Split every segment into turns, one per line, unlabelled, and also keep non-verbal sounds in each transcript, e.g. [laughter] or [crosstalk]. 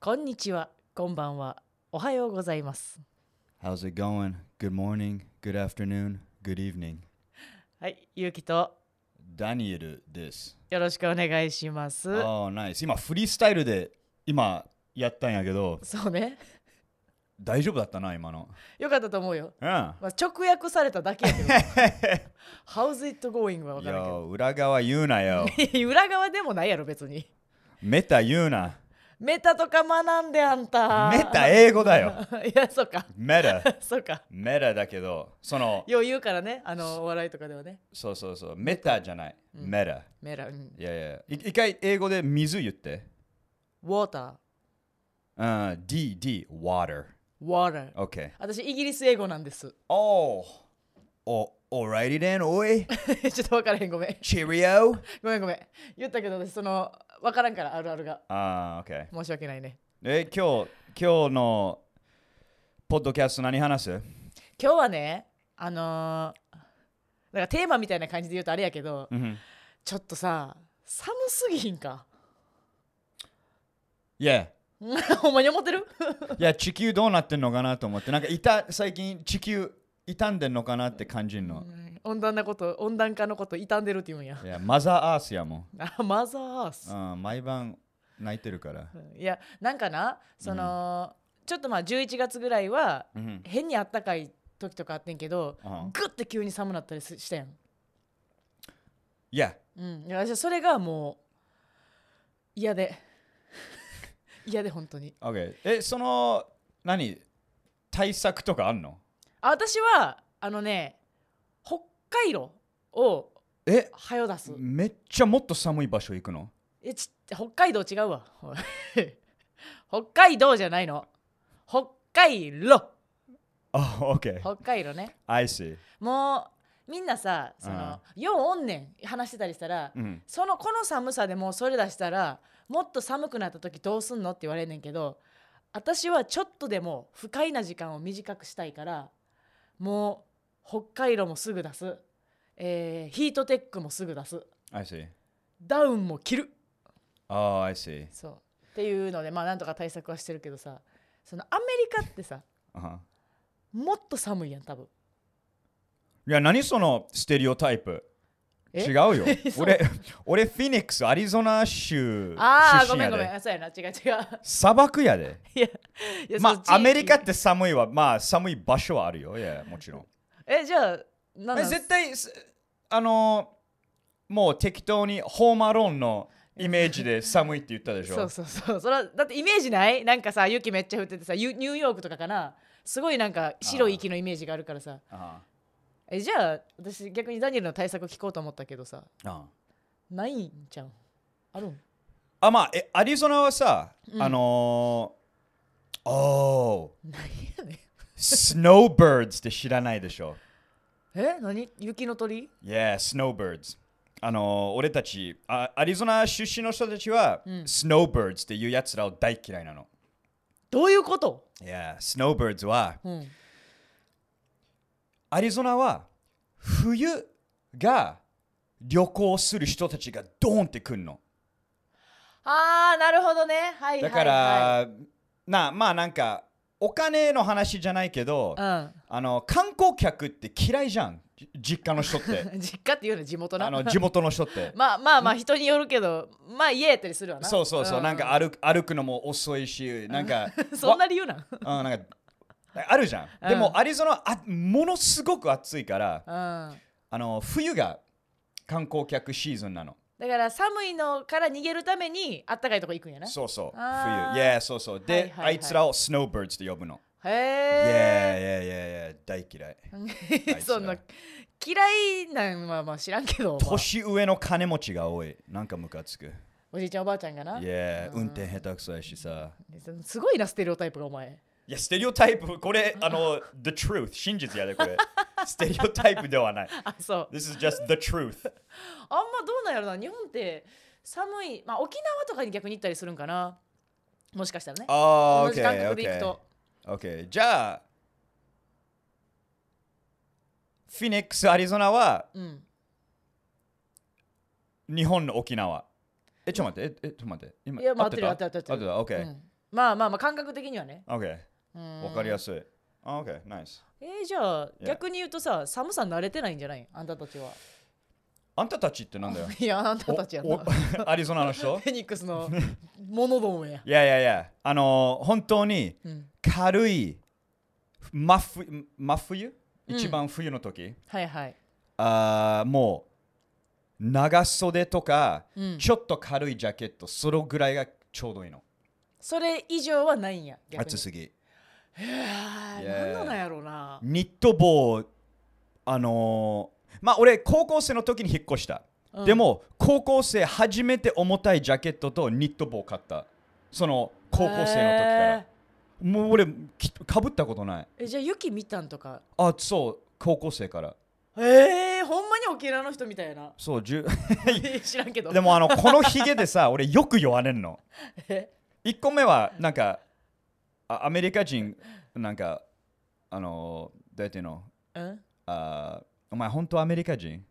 こんにちは、こんばんは、おはようございます。
How's it going? Good morning, good afternoon, good evening.
はい、ゆうきと
ダニエルです。
よろしくお願いします。
ああ、ナイス。今、フリースタイルで今やったんやけど、
そうね、
大丈夫だったな、今の。
よかったと思うよ。
うん。いや
まあ、直訳されただけ [laughs] やけど。How's it going? は分からんけ
ー、裏側言うなよ。
ど。裏側でもないやろ、別に。
メタ言うな。
メタとか学んであんた。
メタ英語だよ。
[laughs] いや、そうか、
メタ。
そうか。
メタだけど、その、
よう言うからね、あの、お笑いとかではね。
そうそうそう、メタじゃない。メタ。
メラ、うん。
いやいや、い一回英語で水言って。
Water,
うん、D、D、water。
water.
OK。
私、イギリス英語なんです。 [laughs]
Oh. Oh, alrighty then, oi.
ちょっと分からへん、ごめん。
Cheerio.
ごめんごめん。言ったけど、私、その、分からんから、あるあるが。
ああ、OK。
申し訳ないね。
え、今日、今日のポッドキャスト何話す
今日はね、あのー、なんかテーマみたいな感じで言うとあれやけど、
ん
ちょっとさ、寒すぎひんか。 [laughs]
いや、
ほんまに思ってる
いや、地球どうなってんのかなと思って、なんかいた最近地球傷んでんのかなって感じんの。
温暖なこと、温暖化のこと、傷んでるって言うんや
い。や、マザーアースやもん。
[laughs] あマザーアース
う。ん、毎晩泣いてるから。
いや、なんかな、その、ちょっとまあ11月ぐらいは、
うん。
変にあったかい時とかあってんけど、
うん
ぐって急に寒なったりすしたやん。
いや、
うん、いや私はそれがもう嫌で [laughs] 嫌で本当に
OK。え、その、何対策とかあんの
あ私はあのね北海道を
え、
はよ出す
めっちゃもっと寒い場所行くの
えち北海道違うわ [laughs] おい北海道じゃないの北海道
あ、OK。
北海道ね
I see.
もうみんなさその、ようおんねん話してたりしたら、
うん。
そのこの寒さでもうそれ出したらもっと寒くなった時どうすんのって言われんねんけど私はちょっとでも不快な時間を短くしたいからもう北海道もすぐ出す、えーヒートテックもすぐ出す
I see.
ダウンも着る
Oh, I see.
そうっていうのでまあなんとか対策はしてるけどさそのアメリカってさ
Uh-huh.
もっと寒いやん多分
いや、何そのステレオタイプ
え。
違うよ
[laughs] そう
俺、俺、フィニックス、アリゾナ州出
ああご
身
め
や
んごめん
で。
あそうやな違う違う
砂漠やで。
いやいやその
ま
地域
あ、アメリカって寒いは、まあ、寒い場所はあるよ。いや、もちろん。
えじゃあなん
え
なん
絶対、すあのー、もう適当にホーマローンのイメージで寒いって言ったでしょ。
そうそうそうそれはだってイメージないなんかさ雪めっちゃ降っててさユニューヨークとかかなすごいなんか白い息のイメージがあるからさ
あ
えじゃあ私逆にダニエルの対策聞こうと思ったけどさ
ああ
ないんちゃうんあるん
あまあ、えアリゾナはさ、あのー、おー、
ないやねん [laughs]
スノーバーズって知らないでしょ。
え何雪の鳥
Yeah, snowbirds. あの俺たちあ、アリゾナ出身の人たちは、snowbirds っていうやつらを大嫌いなの。
どういうこと
Yeah, snowbirds は、
ん
アリゾナは冬が旅行する人たちがドーンってくんの。
あーなるほどねはいはいはい
だから、なまあなんか、お金の話じゃないけど、あの観光客って嫌いじゃん、じ実家の人っ
う [laughs]
て。
ん [laughs] 実家っていうの地元な
あの地元の人って。
[laughs] まあまあまあ人によるけどまあ家やったりするわな
そうそうそう、
ん
なんか歩く歩くのも遅いし、な
[laughs]
んか、
そんな理由なん
わうんなんかあるじゃん。でも、アリゾナはあものすごく暑いから、
うん
あの冬が観光客シーズンなの。
だから寒いのから逃げるためにあったかいとこ行くんやな
そうそう、
あー
冬。いや、そうそう。で、
はいはいはい
あいつらをスノーバーズと呼ぶの。い
へ
やいやいやいや、大嫌い。
え。
あいつら
[laughs] そんな嫌いなんはまあ知らんけ [laughs] ど、まあ
年上の金持ちが多い。なんかムカつく。
おじいちゃんおばあちゃんがな。
いや、運転下手くそやしさ。
すごいなステレオタイプがお前。
いや、ステレオタイプ、これ、あの、the truth、真実やで、
[laughs]
これ。ステレオタイプではない。
[laughs] あそう。
This is just the truth.
あんまどうなんやろな日本って寒いまあ沖縄とかに逆に行ったりするんかな。もしかしたらね。
ああ、
同じ感覚で行くと。
OK。じゃあ、フィニックス、アリゾナは
うん。
日本の沖縄。え、ちょっと待って、え、えちょっと待って。今
いやまあ合ってる合ってる合ってる
合ってた、OK。
うんまあまあまあ感覚的にはね
OK
わ
わかりや
い
すいあ OK ナイス
えー、じゃあ
Yeah
逆に言うとさ寒さ慣れてないんじゃないあんたたちは
あんたたちってなんだよ
[laughs] いやあんたたちや
お
な
[laughs] おアリゾナの人
フェニックス [laughs] のモノどもや
いやいやいやあのー本当に
うん
軽い真冬真冬
うん
一番冬の時、
はいはい
あーもう長袖とか、
うん
ちょっと軽いジャケットそれぐらいがちょうどいいの
それ以上はないんや逆に
暑すぎ
へえ
Yeah
何なんやろうな
ニット帽あのーまあ俺高校生の時に引っ越した、
うん
でも高校生初めて重たいジャケットとニット帽買ったその高校生の時から、
へ
もう俺きかぶったことない
ーえじゃあ雪見たんとか
あそう高校生から
えー、ほんまに沖縄の人みたいな
そうじゅ
[laughs] 知らんけど
でもあのこのヒゲでさ [laughs] 俺よく言われるの
え
1個目はなんかあアメリカ人なんかあの大体の
うん
あーお前本当アメリカ人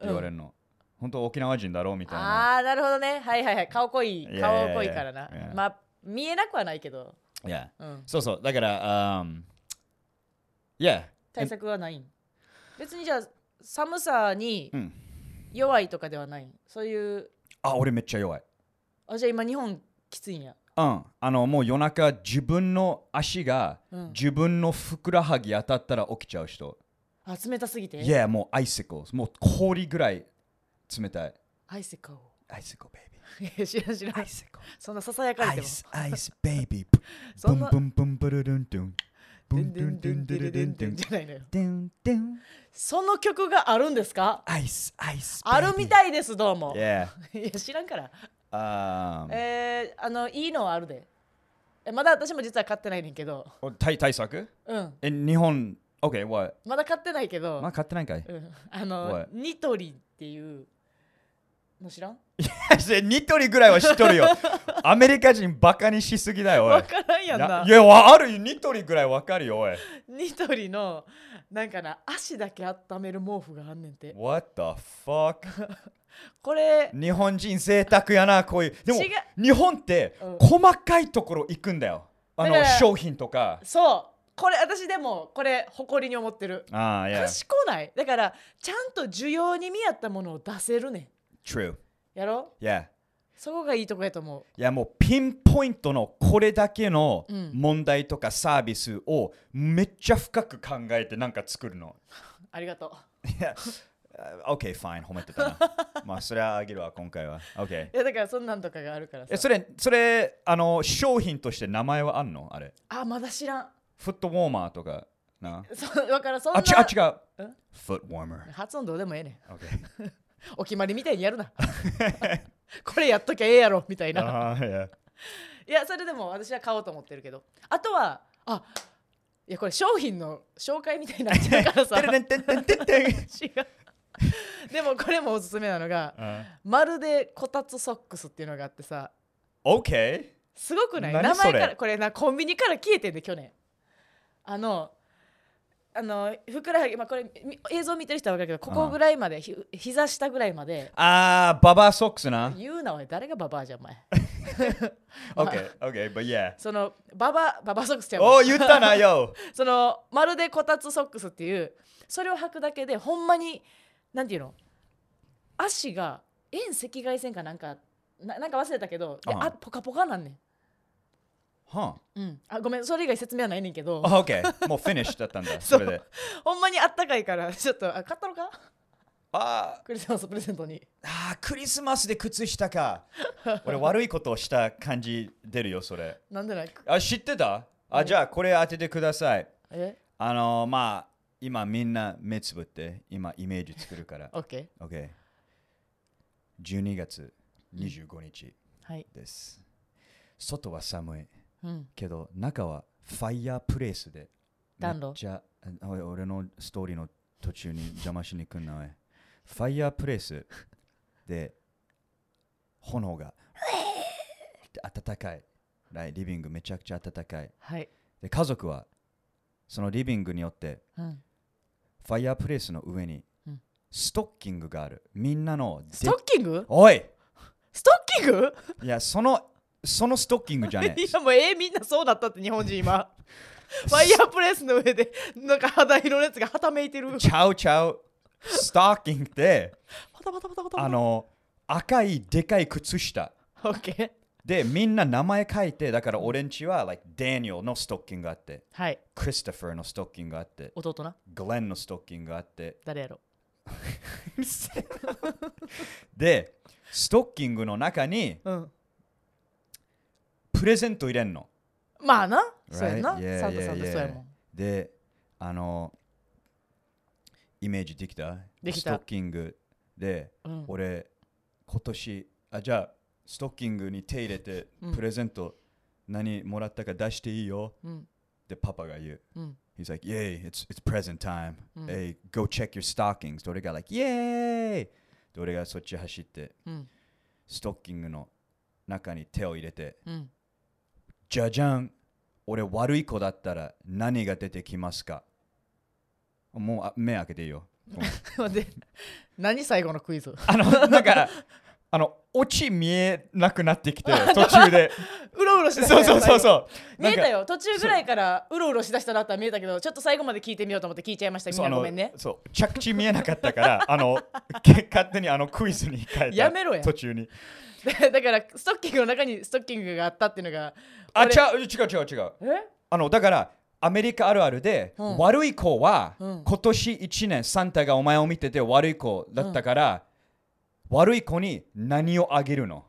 言われるの、本当沖縄人だろうみたいな
ああーなるほどねはいはいはい顔濃い
いやいやいや
顔濃いからない
や
まあ見えなくはないけど、
Yeah
うん、
そうそうだからあーん Yeah
対策はないん別にじゃあ寒さに
うん
弱いとかではないそういう
あ俺めっちゃ弱い
あじゃあ今日本きついんや
うんあのもう夜中自分の足が
うん
自分のふくらはぎ当たったら起きちゃう人、
あ冷たすぎて
Yeah もうアイシコもう氷ぐらい冷たい
アイセコ [laughs]
アイシコベイビ
ー知らん知ら
ーア
ん
イシコ
そんなささやか
ア
れて
イ
も
スアイスベイ
[laughs]
ビー
そ
ブ
ん
ン
な
ブンブンブルルンドゥンブン
で
ドゥ
ん
ンド
で
ゥ
ん
ンド
でんで
ゥル
んで
ルン
ん
ド
で
ゥ
ん
ン
じゃないのよ
ドゥンドゥン
その曲があるんですか
アイスアイス
あるみ
い
たいですどうも
Yeah
いや知らんから
あ
[laughs]
ー
えー、あのいいのはあるでえまだ私も実は買ってないねんけど
お対対策
うん
え日本 OK what
まだ買ってないけど、
まあ買ってないん
[laughs]
か [laughs] い
うん、あの
What？
ニトリっていうの知らん
ニトリぐらいは知っとるよアメリカ人バカにしすぎだよおい
わからんやんない
やわあるよニトリぐらいわかるよおい
ニトリのなんかな足だけ温める毛布があんねんて
What the fuck
これ
日本人贅沢やなこういうでも
違う
日本って
うん
細かいところ行くんだよあ
だ
の
から
商品とか
そうこれ私でもこれ誇りに思ってる
ああいや
賢ないだからちゃんと需要に見合ったものを出せるね
True
んやろ
いや
そこがいいとこやと思
いやもうピンポイントのこれだけの
うん
問題とかサービスをめっちゃ深く考えてなんか作るの。
うありがとう
いや、あ OK、fine、褒めてた
[laughs]
な。まあそれはあげるわ、今回は。OK。
いやだからそんなんとかがあるから
え、
さ
それ、それ、あの、商品として名前はあんのあれ。
あまだ知らん
フットウォーマーとか。な
そうだからそんな
あ、違う、違
え
う。フットウォーマー。
発音どうでもええねん [laughs]
OK。
お決まりみたいにやるな
[laughs]
[laughs] これやっときゃええやろみたいな
[laughs] ああ、いや。
いやそれでも私は買おうと思ってるけどあとはあいやこれ商品の紹介みたいになっちゃうからさ
てれれんてんてんてんてん。
違うで [laughs] もこれもおすすめなのが
うん
まるでこたつソックスっていうのがあってさ
OK。
すごくない名
何そ
前
れ
からこれなコンビニから消えてんで去年あのあのふくらはぎ、まあ、これみ映像見てる人は分かるけどここぐらいまでひ膝下ぐらいまで
ああ、ババアソックスな。
言うなおい誰がババアじゃんお前
OK、OK、but
[laughs]
yeah。
そのババババソックスちゃうわ
おー言ったなよ
[laughs] そのまるでこたつソックスっていうそれを履くだけでほんまになんていうの足が遠赤外線かなんかななんか忘れたけどで
あ
あ
あ
ポカポカなんね
は
ん、うん、あごめんそれ以外説明はないねんけど
あ、オッケー。もうフィニッシュだった
[laughs]
んだ。それで。
ほんまにあったかいからちょっとあ買ったのか
あー
クリスマスプレゼントに
あー、クリスマスで靴下か。俺、悪いことをした感じ出るよ、それ。
なんでないく
あ、知ってたあ、じゃあ、これ当ててください。
え
あのー、まあ、今みんな目つぶって、今イメージ作
[laughs]
るから。
オッケー
OK。12月25日
はい
です。外は寒い
うん
けど、中はファイヤープレイスで。
暖炉
めっちゃあおい俺のストーリーの途中に邪魔しに来んなおいファイヤープレイスで炎がって暖かいはいリビングめちゃくちゃ暖かい
はい
で家族はそのリビングによって
うん
ファイヤープレイスの上に
うん
ストッキングがあるみんなので
ストッキング
おい
ストッキング
いやそのそのストッキングじゃ
[laughs]
ねえ
いやもうえーみんなそうだったって日本人 [laughs] 今ファイヤープレスの上でなんか肌色のやつがはためいてる
ちゃうちゃうストッキン
[laughs]
グって
パタパタパタパタ
あの赤いでかい靴下
オッケー
でみんな名前書いてだから俺んちは like ダニエルのストッキングがあって
はい
クリストファーのストッキングがあって
弟な
グレンのストッキングがあって
誰や [laughs] ろ
でストッキングの中に
うん
プレゼント入れんの
まあな
Right?
そうやんな
Yeah,
サンタさんと
yeah,
そうやもん
であのイメージできた
できた
ストッキングで
うん
俺今年あじゃあストッキングに手入れて
うん
プレゼント何もらったか出していいよ
うん
ってパパが言う
うん
He's like, yay, it's, it's present time.
うん
Hey, go check your stockings. で俺が like, yay! で俺がそっち走って
うん
ストッキングの中に手を入れて
[laughs] うん
じゃじゃん俺悪い子だったら何が出てきますかもうあ目開けていいよ。ごめん
待って何最後のクイズ
あの、なんか、あの、オチ見えなくなってきて、途中で。
[laughs] うろうろしてた
[laughs] そうそうそう
う
そう。
[laughs] 見えた
なんか。
よ途中ぐらいからうろうろしだしたなったら見えたけどちょっと最後まで聞いてみようと思って聞いちゃいましたみん
そうあ
な
の
ごめんね
そう着地見えなかったから、 [laughs] あの、け勝手にあのクイズに変えた。
やめろや
途中に。
で [laughs] だからストッキングの中にストッキングがあったっていうのが
あ、
俺
ちゃう、違う違う違う。
え
あの、だから、アメリカあるあるで、
うん
悪い子は、
うん
今年1年、サンタがお前を見てて悪い子だったから、悪い子に何をあげるの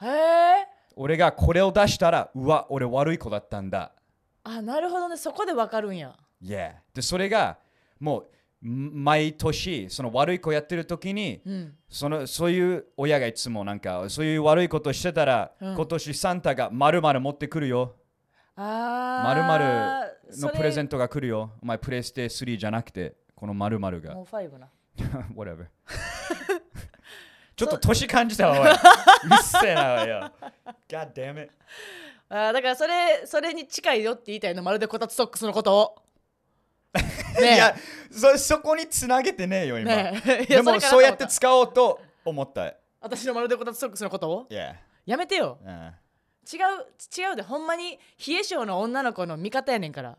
へえ
俺がこれを出したら、うわ、俺悪い子だったんだ。
あなるほどねそこでわかるんや
Yeah. でそれがもうん毎年その悪い子やってる時に、
うん
そのそういう親がいつもなんかそういう悪いことしてたら、
うん
今年サンタがまるまる持ってくるよまるま
あ
るのプレゼン
ト
トが来るよお前プレステ3じゃなくてこのまるまるが
もうファイブな
[laughs]
[laughs]
whatever ちょっと年感じ
[laughs]
たわおいうっせえなおいよ God damn it
あーだからそれそれに近いよって言いたいのまるでこたつソックスのことを
[laughs]
ねえ
いやそそこにつなげてねえよ今、
ねえい
[laughs] で
やれ
も
かな
そうやっ
と
て
思た
使おうと思った
私のまるでこたつソックスのことを
Yeah
やめてよ
うん
違う違うでほんまに冷え性の女の子の味方やねんから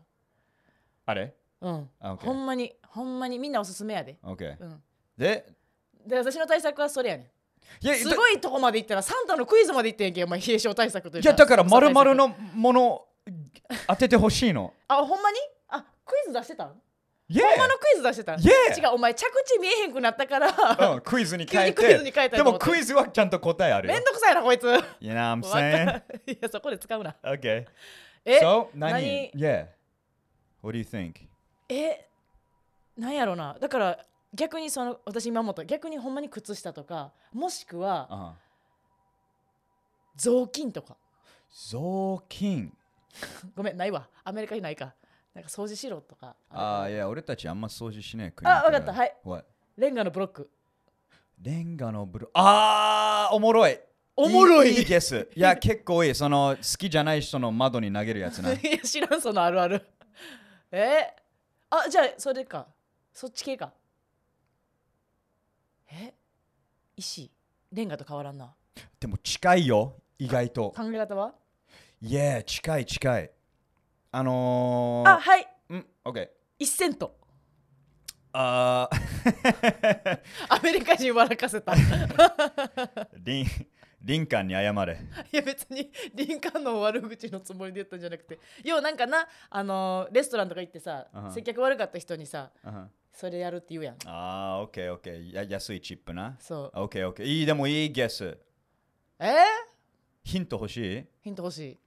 あれ
うん
あ OK
ほんまにほんまにみんなおすすめやで
?OK
う。ん
で、
で私の対策はそれやね
いや、
んす
だ
ごいとこまで行ったらサンタのクイズまで行ってんけんお前冷え性対策という
いやだから、
暑さ
ま
対
る
策
まるのもの当ててほしいの。
あほんまにあクイズ出してたん
イ
[laughs]
ェ
ほんまのクイズ出してたん
Yeah
違うお前着地見えへんくなったから、
ーうん、クイズに変えて。
急にクイズに変えた
で
と思
も
って
クイズはちゃんと答えあるよ
めん。どくさいなこいつ
You
わ
know
か [laughs]
what
いやそこで使うな
I'm saying? Okay.
え
So,
何
何 ?Yeah. What do you think?
えなんやろなだから逆にその私今思った逆にほんまに靴下とかもしくは
あ
雑巾とか
雑巾。
ごめんないわアメリカにないかなんか掃除しろとか
ああ、
る
いや、俺たちあんま掃除しない国
あ
だら
わかったはい。
What？
レンガのブロック
レンガのブロああ、おもろい。
おもろい
いいです。いや、結構いい。その、好きじゃない人の窓に投げるや
[laughs]
つな。
いや知らんそのあるあるえあじゃあそれかそっち系かえ石レンガと変わらんな
でも近いよ、意外と。
考え方は
Yeah, 近い近い。あのー、
あはい
うん、OK。
1セント
あー [laughs]
アメリカ人笑かせた [laughs] い
リン、リンカンに謝れ。
や別に林間の悪口のつもりで言ったんじゃなくてようなんかなあのレストランとか行ってさ、
うん
接客悪かった人にさ
あ
それやるって言うやん
あー、OK、OK。や安いチップな。
そう
OK、OK。いい、でもいいゲス。
えー、
ヒント欲しい
ヒント欲しい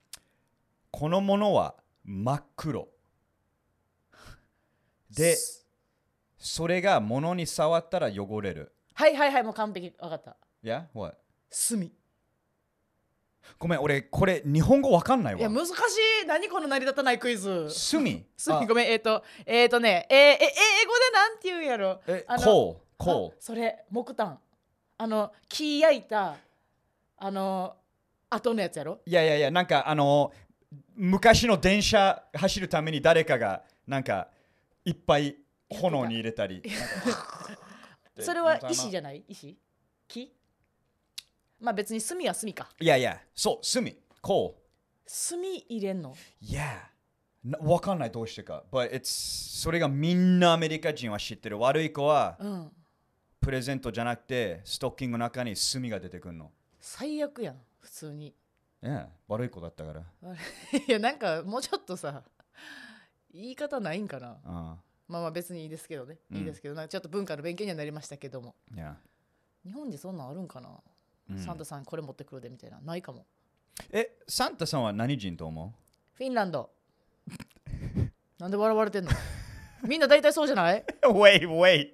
このものは真っ黒。で、それが物に触ったら汚れる。
はいはいはいもう完璧分かった
Yeah? What?
炭い
ごめん、俺、これ、日本語わかんないわ。
や難しい何この成り立たないクイズ
炭
すみ
あ
ごめん、えっ、と、えっ、とね、えー、え、え、英語でなんて言うんやろ。
え、
あの
コー、
あ
コ
それ、木炭。あの、木焼いた、あの、後のやつやろ。
ー。いやいやいや、なんかあの、昔の電車走るために誰かが、なんか、いっぱい炎に入
[laughs]
れたり。
それは石じ
ゃ
ゃない石木まあ別に炭は炭か
いやいや、そう、炭、コール。
炭入れんの
Yeah. なわかんないどうしてか。But it's それがみんなアメリカ人は知ってる。悪い子は
うん
プレゼントじゃなくてストッキングの中に炭が出てくるの。
最悪やん普通に [laughs]
Yeah. 悪い子だったから。
いやなんかもうちょっとさ言い方ないんかな
あ
まあまあ別にいいですけどね、
うん
いいですけどなんかちょっと文化の勉強にはなりましたけども
あ。Yeah.
日本でそんなんあるんかな、
うん
サンタさんこれ持ってくるでみたいなないかも
え、サンタさんは何人と思
フィンランド [laughs] なんで笑われ
[laughs]
てんのみんな大体そうじゃないう
?Wait, wait,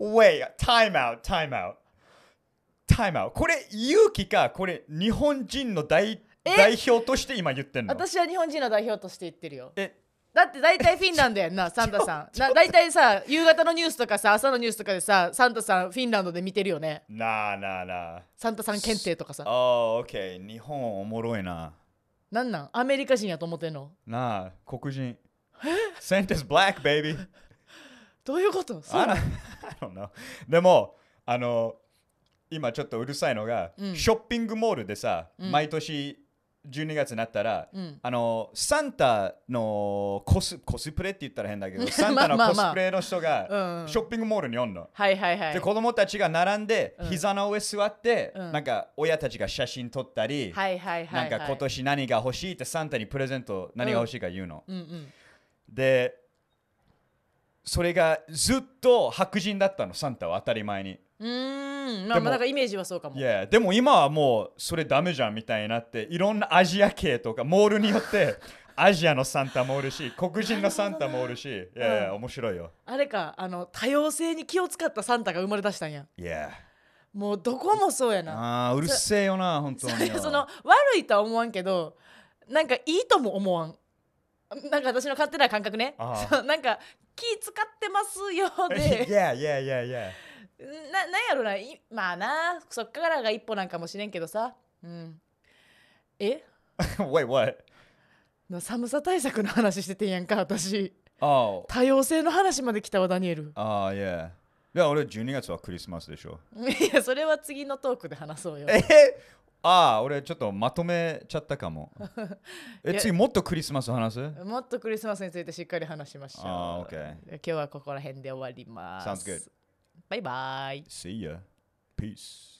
wait, time out, time out. Time out. これ勇気か、これ日本人の代
え
代表として今言ってんの
私は日本人の代表として言ってるよ
え、
だって大体フィンランドやん
[laughs]
なサンタさんな大体さ夕方のニュースとかさ朝のニュースとかでさサンタさんフィンランドで見てるよね
なあなあなあ。
サンタさん検定とかさ
ああ、OK。日本おもろいな。
なんなんアメリカ人やと思ってんの
なあ、黒人。センテス black, baby.
どういうこと [laughs] そう
I
な
don't,
ん
I don't know. でも、あの、今ちょっとうるさいのが、
うん
ショッピングモールでさ、
うん
毎年12月になったら、
うん
あのサンタのコスコスプレって言ったら変だけどサンタ
[laughs]
の
まあまあ
コ
まあ
スプレの人
うん
が
うん
ショッピングモールにおんの、
はいはいはい
で子供たちが並んで、
うん
膝の上座って、
うん
なんか親たちが写真撮ったり、
はいはいはいはい
なんか今年何が欲しいってサンタにプレゼント何が欲しいか言うの、
うんうん
でそれがずっと白人だったのサンタは当たり前に、
うーんまあ
でも
まあなんかイメージはそうかも
いやでも今はもうそれダメじゃんみたいになっていろんなアジア系とかモールによって
[laughs]
アジアのサンタもおるし黒人のサンタもおるしいやいや
うん
面白いよ
あれかあの多様性に気を使ったサンタが生まれ出したんや
いや
もうどこもそうやな
あーうるせえよな本当
そ [laughs]
によ
その悪いとは思わんけどなんかいいとも思わんなんか私の勝手な感覚ね
ああ
そうなんか気使ってますよ
[laughs] い
で
やいやいやいや [laughs]
ななんやろないまあなそっからが一歩なんかもしれんけどさ、うん、え
Wait what?
な寒さ対策の話しててんやんか私
Oh
多様性の話まで来たわダニエル
ああ、いや。いや、俺12月はクリスマスでしょ。
いやそれは次のトークで話そうよ
えああ、俺ちょっとまとめちゃった
[laughs]
かも。え、
いや
次もっとクリスマス話す
もっとクリスマスについてしっかり話しましょう
あー OK
今日はここら辺で終わります
Sounds good.
バイバイ
?See ya. Peace.